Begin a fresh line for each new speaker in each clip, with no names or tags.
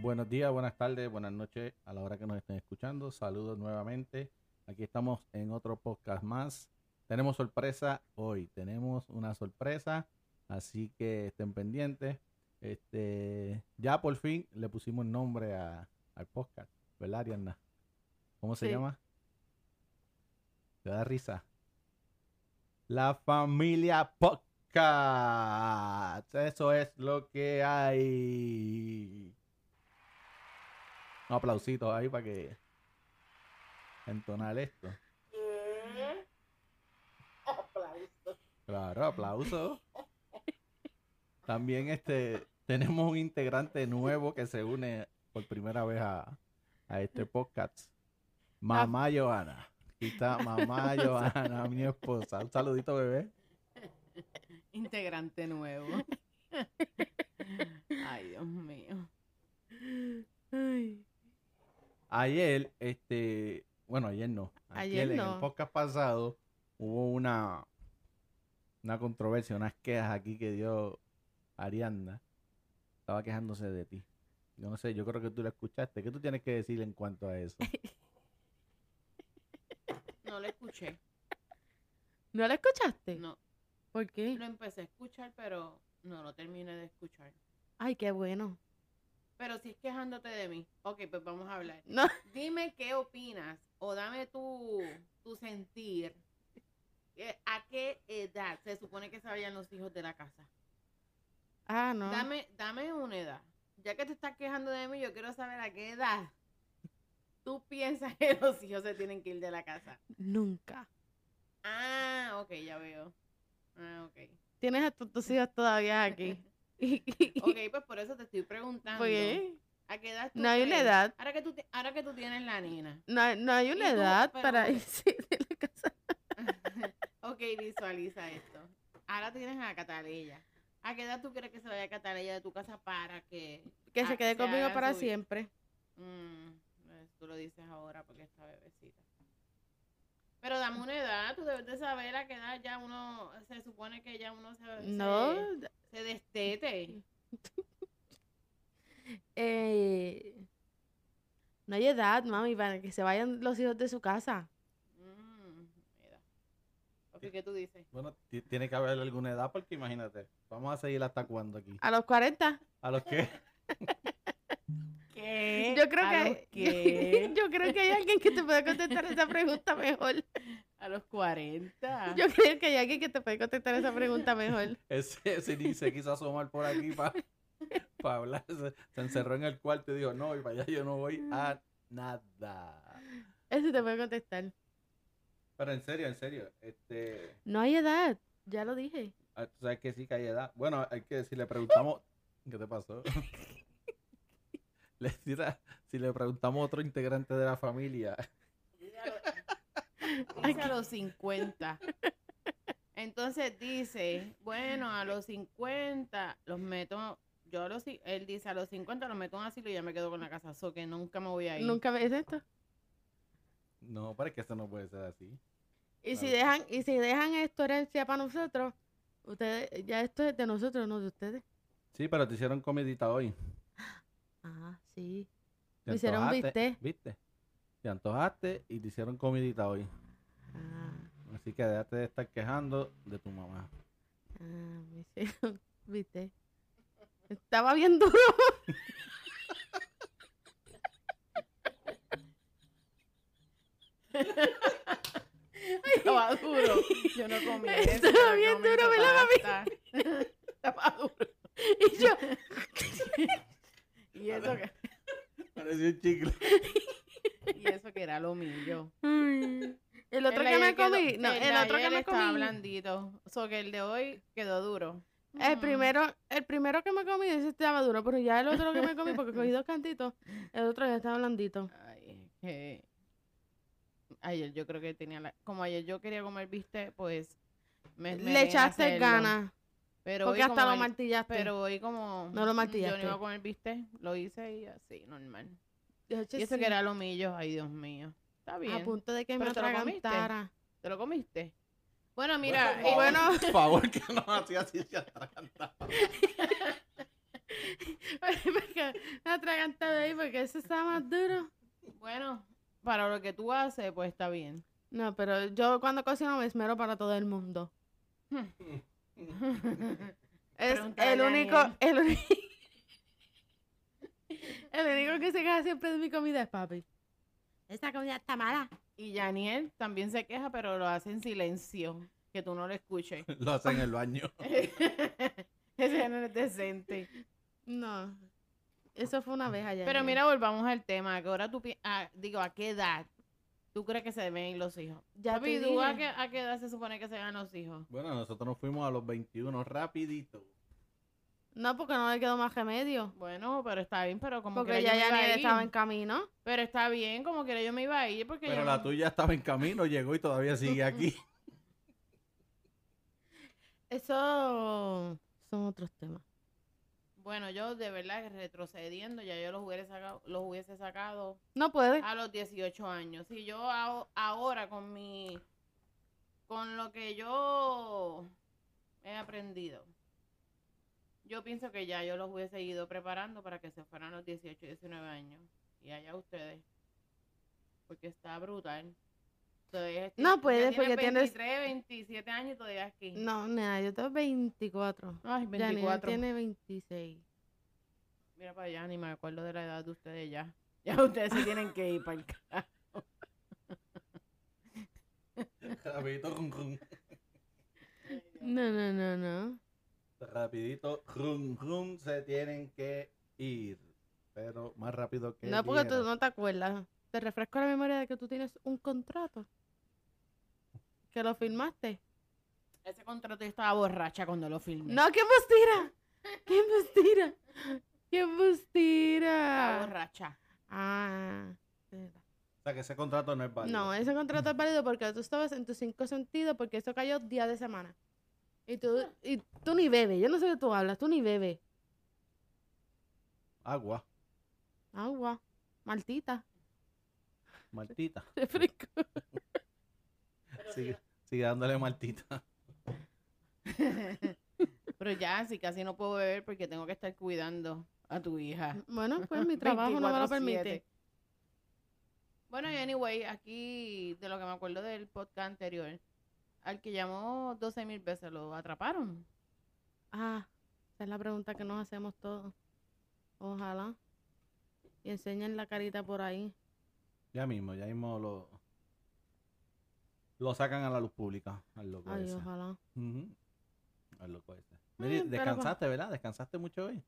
buenos días, buenas tardes, buenas noches a la hora que nos estén escuchando. Saludos nuevamente. Aquí estamos en otro podcast más. Tenemos sorpresa hoy, tenemos una sorpresa, así que estén pendientes. Este, ya por fin le pusimos nombre a- al podcast, ¿verdad, Arianna? ¿Cómo se
Sí.
llama? Te da risa. La familia podcast. Eso es lo que hay. Un aplausito ahí para que entonar esto.
¿Qué? Aplausos.
Claro, aplauso. También este tenemos un integrante nuevo que se une por primera vez a, a este podcast. Mamá Johanna. Aquí está mamá Johanna, mi esposa. Un saludito, bebé.
Integrante nuevo. Ay, Dios mío.
Ay.
Ayer, este, bueno, ayer no.
Ayer
en
no.
el podcast pasado hubo una una controversia, unas quejas aquí que dio Arianda. Estaba quejándose de ti. Yo no sé, yo creo que tú la escuchaste. ¿Qué tú tienes que decir en cuanto a eso?
No lo escuché.
¿No la escuchaste?
No,
¿Por qué?
lo empecé a escuchar, pero no lo terminé de escuchar.
Ay, qué bueno.
Pero si es quejándote de mí. Ok, pues vamos a hablar.
No.
Dime qué opinas o dame tu, tu sentir. Eh, ¿A qué edad se supone que sabían los hijos de la casa?
Ah, no.
Dame, dame una edad. Ya que te estás quejando de mí, yo quiero saber a qué edad tú piensas que los hijos se tienen que ir de la casa.
Nunca.
Ah, ok, ya veo. Ah, ok.
Tienes a tus tus hijos todavía aquí.
Ok, pues por eso te estoy preguntando.
Porque
¿A qué edad tú
No hay una
crees?
edad.
Ahora que tú, ti- ahora que tú tienes la nena.
no, hay- no hay
Y
una
tú,
edad
pero-
para irse de la casa.
ok, visualiza esto. Ahora tienes a Catalella. ¿A qué edad tú quieres que se vaya Catalella de tu casa para que...
Que
Ah,
se quede
se
conmigo
haga
para
su-
siempre.
Mm, eh, tú lo dices ahora porque está bebecita. Pero dame una edad, tú debes de saber a qué edad ya uno... Se supone que ya uno se, se-
No.
se destete.
eh, no hay edad, mami, para que se vayan los hijos de su casa.
Mm, mira. Ok, ¿qué tú dices?
Bueno, ti- tiene que haber alguna edad porque imagínate, vamos a seguir hasta cuándo aquí.
A los 40.
A los que
¿Qué?
Yo creo
¿A
que-
los qué?
Yo creo que hay alguien que te puede contestar esa pregunta mejor.
A los 40.
Yo creo que hay alguien que te puede contestar esa pregunta mejor.
ese, ese ni se quiso asomar por aquí para hablar, se, se encerró en el cuarto y dijo, no, y para allá yo no voy a
Mm.
nada.
Eso te puede contestar.
Pero en serio, en serio, este...
No hay edad, ya lo dije.
Ah, tú sabes que sí que hay edad. Bueno, hay que si le preguntamos. ¿Qué te pasó? Le- si la- si le preguntamos a otro integrante de la familia,
Dice a los- dice a los 50. Entonces dice, bueno, a los 50 los meto, yo a los, ci- él dice, a los 50 los meto en asilo y ya me quedo con la casa, so que nunca me voy a ir.
Nunca ves esto.
no, para que eso no puede ser así.
Y si
Claro.
dejan, y si dejan esto herencia para nosotros, ustedes, ya esto es de nosotros, no de ustedes.
Sí, pero te hicieron comidita hoy.
Ah, sí.
Te
Me hicieron
antojaste,
bistec.
¿Viste? Te antojaste y te hicieron comidita hoy.
Ah,
Así que déjate de estar quejando de tu mamá.
ah, me hicieron- viste. Estaba bien duro.
Estaba duro. Yo no comí eso.
Estaba
pero
bien
no me
duro,
hizo
¿verdad,
falta. Estaba duro.
Y yo,
Y eso, que,
Pareció un chicle.
y eso que era lo mío.
ay, "Mm". el otro
El
que me
ayer quedó-
comí, no,
el
el,
de
otro que
ayer
me
estaba
comí,
blandito. So que el de hoy quedó duro.
el
Mm.
primero, el primero que me comí, ese estaba duro, pero ya el otro que me comí, porque cogí dos cantitos, el otro ya estaba blandito.
Ay, es que ayer yo creo que tenía la... Como ayer yo quería comer viste, pues me esmeré
Le
en
echaste
hacerlo.
ganas,
Pero
porque
hoy
hasta
como
lo
el-
martillaste.
Pero hoy como...
No lo
mm, Yo
martillaste.
no iba a comer viste, lo hice y así, normal.
De hecho,
Y eso
sí,
que era lo millo, ay Dios mío. Está bien.
a punto de que me
Pero te lo comiste.
atragantara.
¿Te lo comiste? Bueno, mira...
Bueno,
eh,
bueno.
Por favor, que no hacía así se atragantaba.
porque me atraganté ahí porque eso está más duro.
Bueno, para lo que tú haces, pues está bien.
No, pero yo cuando cocino me esmero para todo el mundo. Es
Pregúntale
el
a
único,
Daniel.
el único. El único que se queja siempre de mi comida es papi. Esta comida está mala.
y Janiel también se queja, pero lo hace en silencio, que tú no lo escuches.
Lo hacen en el baño.
Ese no es decente.
No. Eso fue una vez allá.
Pero mira, volvamos al tema. ¿A qué hora tú pi- a- digo, a qué edad tú crees que se ven los hijos?
ya
Papi,
te
¿tú a
dije.
qué, a qué edad se supone que se dan los hijos?
Bueno, nosotros nos fuimos a los 21 rapidito.
No, porque no le quedó más remedio.
Bueno, pero está bien, pero como
Porque
quiera
ya
yo me iba a
Yaniel
ir.
estaba en camino.
Pero está bien, como quiera yo me iba a ir porque
Pero
yo
la
no-
tuya estaba en camino, llegó y todavía sigue aquí.
Eso son otros temas.
Bueno, yo de verdad que retrocediendo, ya yo los hubiese sacado, los hubiese sacado
No puede.
a los 18 años. Si yo ao- ahora con mi con lo que yo he aprendido, yo pienso que ya yo los hubiese ido preparando para que se fueran a los 18 y 19 años. Y allá ustedes. Porque está brutal. Todavía estoy-
No
ya
puedes,
tienes
porque tienes-
23, 27 años y todavía aquí.
No, nena, yo tengo 24.
Ay,
Yaniel
24.
tiene 26.
Mira para allá, ni me acuerdo de la edad de ustedes ya. Ya ustedes se tienen que ir para el carajo.
rapidito, rum, rum.
No, no, no, no.
Rapidito, rum, rum, se tienen que ir. Pero más rápido que
No, porque tú
llegan.
no te acuerdas. Te refresco la memoria de que tú tienes un contrato. Que lo firmaste.
Ese contrato yo estaba borracha cuando lo filmé.
No, qué embustira. Qué embustira. Qué
Estaba
embustira.
borracha.
Ah.
O sea, que ese contrato no es válido.
No, ese contrato es válido porque tú estabas en tus cinco sentidos porque eso cayó día de semana. Y tú, y tú ni bebes. Yo no sé de tú hablas. Tú ni bebes.
Agua,
Agua. Maltita.
Martita.
Refresco.
Sigue, sigue dándole Martita.
Pero ya, sí, casi no puedo beber porque tengo que estar cuidando a tu hija.
Bueno, pues mi trabajo no me lo permite.
24/7. Bueno, y anyway, aquí de lo que me acuerdo del podcast anterior, al que llamó 12 mil veces lo atraparon.
Ah, esa es la pregunta que nos hacemos todos. Ojalá. Y enseñen la carita por ahí.
Ya mismo, ya mismo lo, lo sacan a la luz pública. Al loco
Ay,
ese.
ojalá.
Ujú. Al loco ese.
Ay,
Mire,
pero pa-
descansaste, ¿verdad? Descansaste mucho hoy.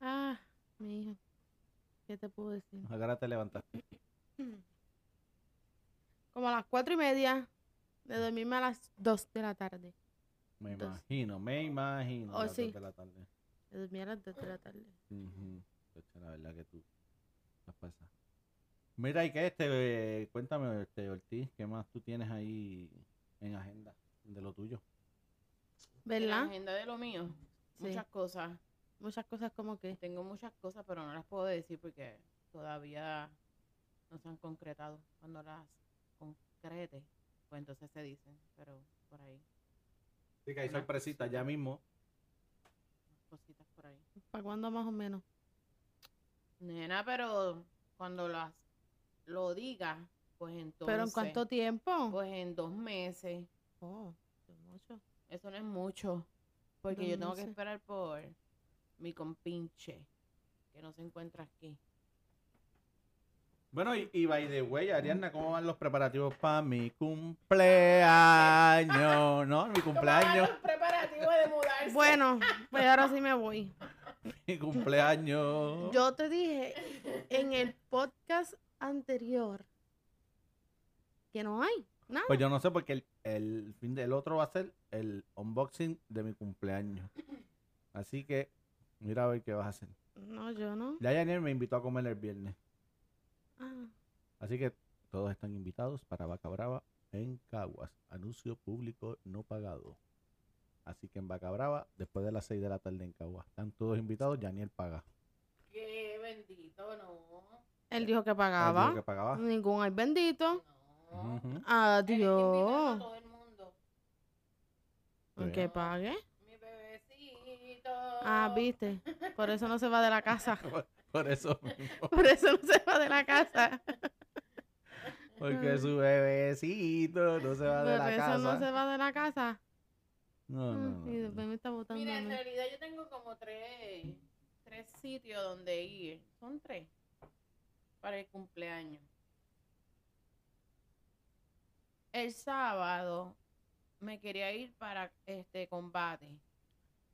Ah, mi hijo. ¿Qué te puedo decir?
Ahora te levantaste.
Como a las cuatro y media de dormirme a las dos de la tarde.
Me
Dos.
imagino, me imagino.
Oh,
a las
sí.
dos de la tarde.
Me dormí a las dos de la tarde.
Ujú. Esta es la verdad que tú las pasas. Mira, y que este, eh, cuéntame, este, Ortiz, ¿qué más tú tienes ahí en agenda de lo tuyo?
En la
¿Verdad?
agenda de lo mío.
Sí.
Muchas cosas.
Muchas cosas como que.
Tengo muchas cosas, pero no las puedo decir porque todavía no se han concretado. Cuando las concrete, pues entonces se dicen, pero por ahí,
Sí, que
hay
hay
Una
sorpresitas
sorpresitas
ya
ya cosita.
mismo.
cositas por ahí.
¿Para cuándo más o menos?
Nena, pero cuando las lo diga, pues entonces.
¿Pero en cuánto tiempo?
Pues en dos meses.
Oh, es mucho.
Eso no es mucho. Porque
Dos
yo tengo que
meses.
esperar por mi compinche, que no se encuentra aquí.
Bueno, y, y by the way, Ariana, ¿cómo van los preparativos para mi cumpleaños? No, mi cumpleaños,
preparativos de mudarse.
Bueno, pues ahora sí me voy.
mi cumpleaños.
Yo te dije en el podcast anterior que no hay nada.
Pues yo no sé porque el, el fin del otro va a ser el unboxing de mi cumpleaños. Así que mira a ver qué vas a hacer.
No, yo no.
Ya Yaniel me invitó a comer el viernes.
Ah,
Así que todos están invitados para Vaca Brava en Caguas. Anuncio público no pagado. Así que en Vaca Brava, después de las 6 de la tarde en Caguas. Están todos invitados, Yaniel paga.
Qué bendito, no.
él dijo que
Ah, digo
pagaba.
que pagaba.
Ningún ay bendito.
No.
Ujú.
Adiós.
todo el mundo.
Sí.
Que pague.
Mi bebecito. Bendito.
Ah, viste. Por eso no se va de la casa.
Por eso mismo.
Por eso no se va de la casa.
Porque su bebecito no se va
Por
de la
eso
casa.
no se va de la casa. Mm,
No, no,
y
no,
después
no.
me está botando.
Mira,
a
en
mí.
realidad yo tengo como tres, tres sitios donde ir. Son tres para el cumpleaños. El sábado me quería ir para este combate.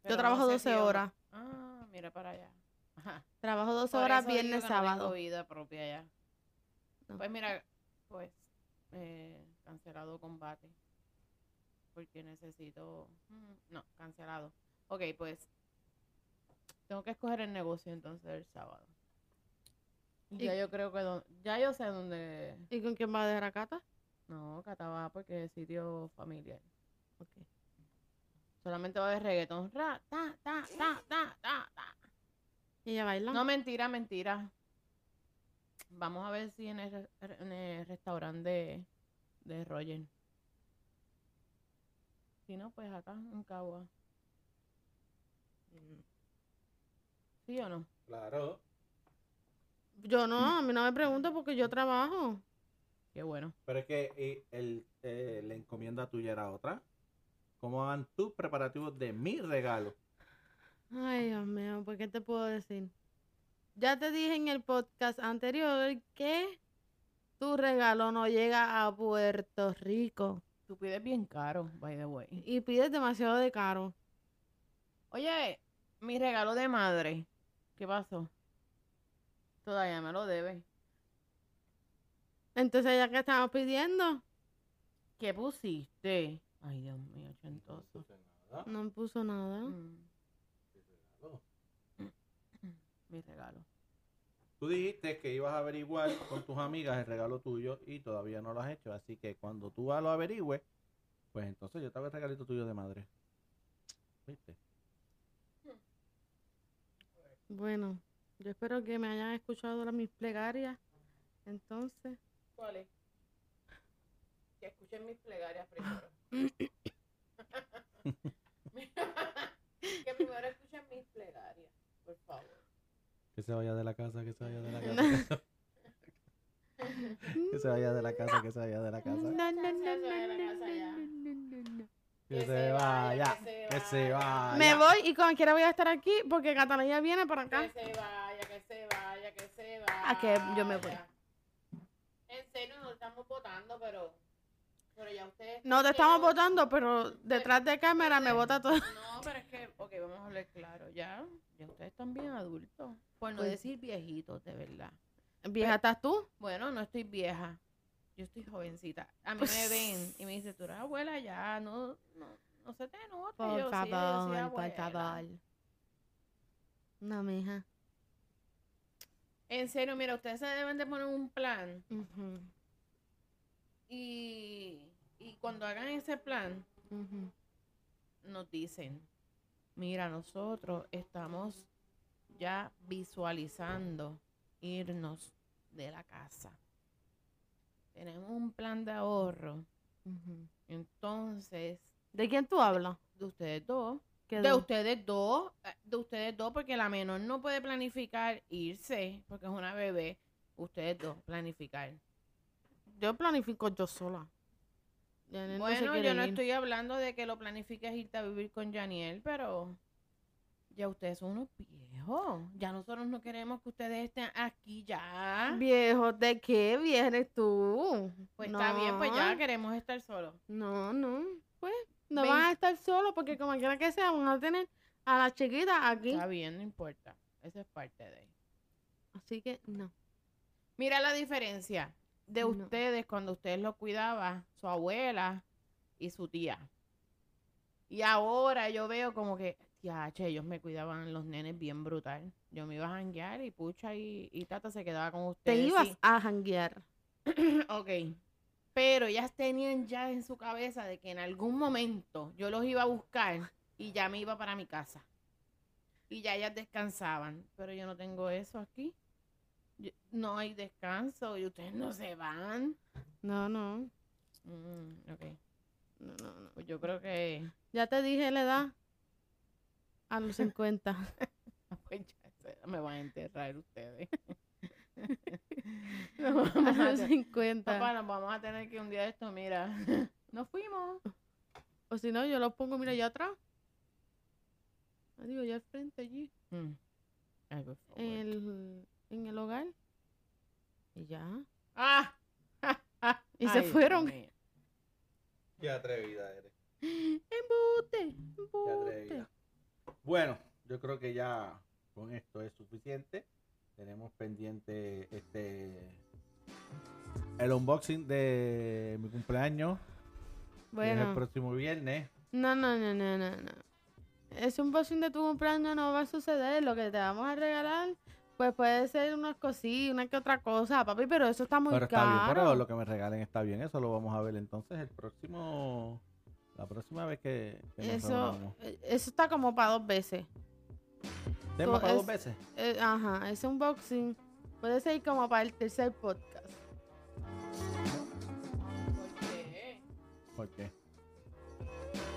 pero
Yo
no
trabajo
sé
12
si yo-
horas.
Ah, mira para allá. Ajá.
Trabajo 12
Por
horas
eso digo
viernes,
que no tengo
sábado.
vida propia ya.
No.
Pues mira, pues eh, cancelado combate. Porque necesito. mm, No, cancelado. Ok, pues tengo que escoger el negocio entonces el sábado.
Y-
Ya yo creo que don- ya yo sé dónde.
¿Y con quién va de la cata?
No, Cataba porque es sitio familiar.
Ok.
Solamente va a haber reggaetón. Ra, ta, ta, ta, ta, ta, ta.
¿Y ella baila?
No, mentira, mentira. Vamos a ver si en el, re- en el restaurante de, de Roger. Si no, pues acá, en Cagua. Mm. ¿Sí o no?
Claro,
Yo
Mm.
no, a mí no me pregunto porque yo trabajo.
Qué bueno.
pero es que eh, el, eh, la encomienda tuya era otra. ¿Cómo van tus preparativos de mi regalo?
Ay, Dios mío, ¿por qué te puedo decir? Ya te dije en el podcast anterior que tu regalo no llega a Puerto Rico
Tú pides bien caro, by the way.
y pides demasiado de caro.
Oye, mi regalo de madre. ¿Qué pasó? Todavía me lo debe.
Entonces, ¿ya que estamos pidiendo?
¿Qué pusiste? Ay, Dios mío, ochentoso.
No me puso nada.
Mm, mi regalo.
Tú dijiste que ibas a averiguar con tus amigas el regalo tuyo y todavía no lo has hecho. Así que cuando tú lo averigües, pues entonces yo te hago el regalito tuyo de madre. ¿Viste?
Bueno, yo espero que me hayan escuchado las- mis plegarias. Entonces,
¿Cuál es? Que escuchen mis plegarias primero. que primero escuchen mis plegarias, por favor.
Que se vaya de la casa, que se vaya de la casa. que se vaya de la casa, que se vaya de la casa.
No, no, no,
Ya se vaya
no,
la
no,
casa
no,
ya.
no, no, no.
Que se vaya, que se
Ah,
vaya.
me voy y cuando quiera voy a estar aquí porque Catalina viene para acá.
Que se vaya, que se vaya, que se vaya.
Ah, que yo me voy.
En serio, no estamos votando, pero. Pero ya ustedes.
No te
que-
estamos votando, pero detrás de cámara me vota todo.
No, pero es que. Ok, vamos a hablar claro. Ya, ya ustedes están bien adultos. Por no
Pues-
decir viejitos, de verdad.
Vieja, estás tú.
Bueno, no estoy vieja. Yo estoy jovencita. A mí me ven y me dicen, tú eres abuela ya, no, no, no se te nota.
Por
yo, sí, yo soy
favor, por
abuela.
favor. No, mija.
En serio, mira, ustedes se deben de poner un plan
Ujú,
y, y cuando hagan ese plan
ujú.
nos dicen, mira, nosotros estamos ya visualizando irnos de la casa. Tenemos un plan de ahorro. Entonces,
¿De quién tú hablas?
de ustedes dos,
¿Qué
De
dos?
ustedes dos, eh, de ustedes dos, porque la menor no puede planificar irse, porque es una bebé. Ustedes dos, planificar.
Yo planifico yo sola. Yanel no se
bueno,
quiere
yo no
ir.
estoy hablando de que lo planifiques irte a vivir con Janiel, pero ya ustedes son unos viejos. Ya nosotros no queremos que ustedes estén aquí ya.
Viejo, ¿de qué vienes tú?
Pues está bien, pues ya
No.
queremos estar solos.
No, no. Pues no
Vein-
van a estar solos porque como quiera que sea, van a tener a la chiquita aquí.
Está bien, no importa. Esa es parte de ahí.
Así que no.
Mira la diferencia de
No.
ustedes cuando ustedes lo cuidaba, su abuela y su tía. Y ahora yo veo como que, ya, che, ellos me cuidaban los nenes bien brutal. Yo me iba a janguear y pucha y, y tata se quedaba con
Te
ustedes.
ibas
sí.
a janguear.
Ok. Pero ellas tenían ya en su cabeza de que en algún momento yo los iba a buscar y ya me iba para mi casa. Y ya ellas descansaban. Pero yo no tengo eso aquí. Yo- no hay descanso y ustedes no se van.
No, no.
Mm, ok.
No, no, no.
Pues yo creo que.
Ya te dije la edad. a los 50.
Pues ya se- me van a enterrar ustedes. Nos vamos
a
a
los
te-
50.
Papá, nos vamos a tener que un día de esto, mira. Nos fuimos.
O si no, yo los pongo, mira, allá atrás. Ah, Digo, allá al frente, allí.
Mm. Ay, por favor.
En el, en el hogar. Y ya.
Ah.
Y se
Dios
fueron.
mío.
Qué atrevida eres.
Embute,
Qué
embute.
atrevida. Bueno, yo creo que ya con esto es suficiente. Tenemos pendiente este el unboxing de mi cumpleaños. que es el
Bueno,
próximo viernes.
no, no, no, no, no, no. Es un boxing de tu cumpleaños, no va a suceder. Lo que te vamos a regalar, pues puede ser unas cosillas, una que otra cosa, papi, pero eso está muy
pero está
caro.
bien, pero lo que me regalen está bien. Eso lo vamos a ver entonces el próximo. La próxima vez que, que nos
Eso,
reunamos.
eh, eso está como para dos veces.
¿Tema
todo
para dos
es-
veces?
Eh, ajá, ese unboxing puede ser como para el tercer podcast.
¿Por qué?
¿Por qué?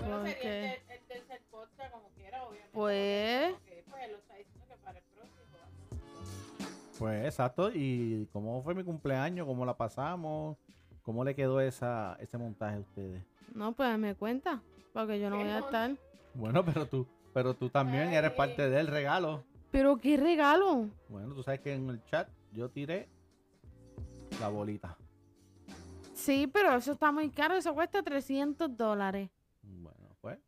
Bueno,
¿Por
sería
qué?
el, ter- el tercer podcast como quiera, obviamente.
Pues-
porque, pues, lo está diciendo que para el próximo.
Pues exacto. ¿Y cómo fue mi cumpleaños? ¿Cómo la pasamos? ¿Cómo le quedó esa, ese montaje a ustedes?
No, pues me cuenta, porque yo no
¿Qué
voy a
mon-
estar.
Bueno, pero tú, pero tú también eres
Ay.
parte del regalo.
Pero qué regalo.
Bueno, tú sabes que en el chat yo tiré la bolita.
Sí, pero eso está muy caro, eso cuesta 300 dólares.
Bueno, pues.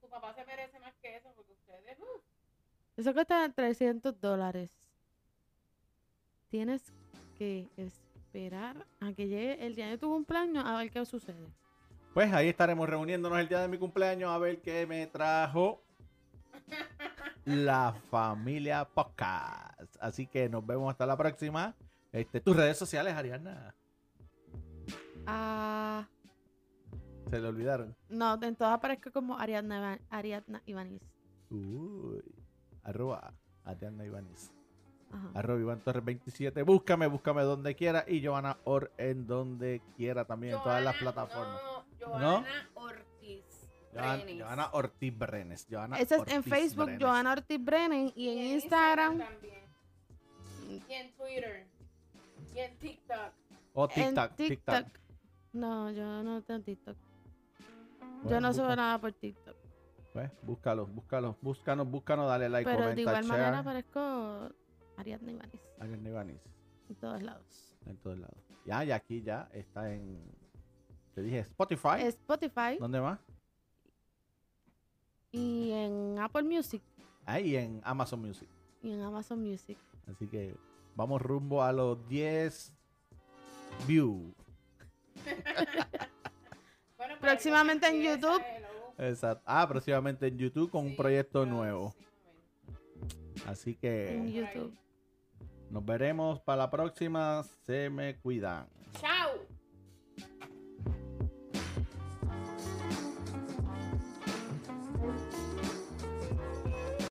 Tu papá se merece más que eso porque ustedes. uh,
Eso cuesta 300 dólares. Tienes que esperar a que llegue el día de tu cumpleaños a ver qué sucede.
Pues ahí estaremos reuniéndonos el día de mi cumpleaños a ver qué me trajo la familia podcast. Así que nos vemos hasta la próxima. Este, tus redes sociales, Ariana.
Ah,
Se le olvidaron.
no, en todas aparezco como Ariadna, Ivan- Ariadna Ivanis.
Uy. Arroba Ariana Ivanis.
Ajá.
Arroba Iván Torres 27. Búscame, búscame donde quiera. Y Giovanna Or en donde quiera también, en todas las
Johanna-
plataformas.
No, Johanna Ortiz.
Johan-
Brenes.
Johanna Ortiz Brenes. Johanna
Esa es en
Ortiz
Facebook,
Brenes.
Johanna Ortiz Brennan, y en Instagram,
también. Y en Twitter. Y en TikTok.
O
en
TikTok, TikTok.
TikTok. No, yo no tengo TikTok.
Bueno,
yo no
busca-
subo nada por TikTok.
Pues, búscalo, búscalo, búscanos, búscanos, dale like,
pero de
comenta,
igual manera
share.
aparezco Ariadna Ibanis
Ariana Ibanis,
en todos lados.
en todos lados. Ya, y aquí ya está en, te dije, Spotify.
Spotify
¿Dónde más?
y en Apple Music
Ahí en Amazon Music.
y en Amazon Music.
Así que vamos rumbo a los 10 views.
Bueno, pues,
Próximamente en
si quieres,
YouTube.
sabes, lo buscas.
Exacto. Ah, próximamente en YouTube con un
Sí,
proyecto nuevo.
próximamente.
Así
En
que
por ahí.
YouTube.
nos veremos para la próxima. Se me cuidan.
Chao.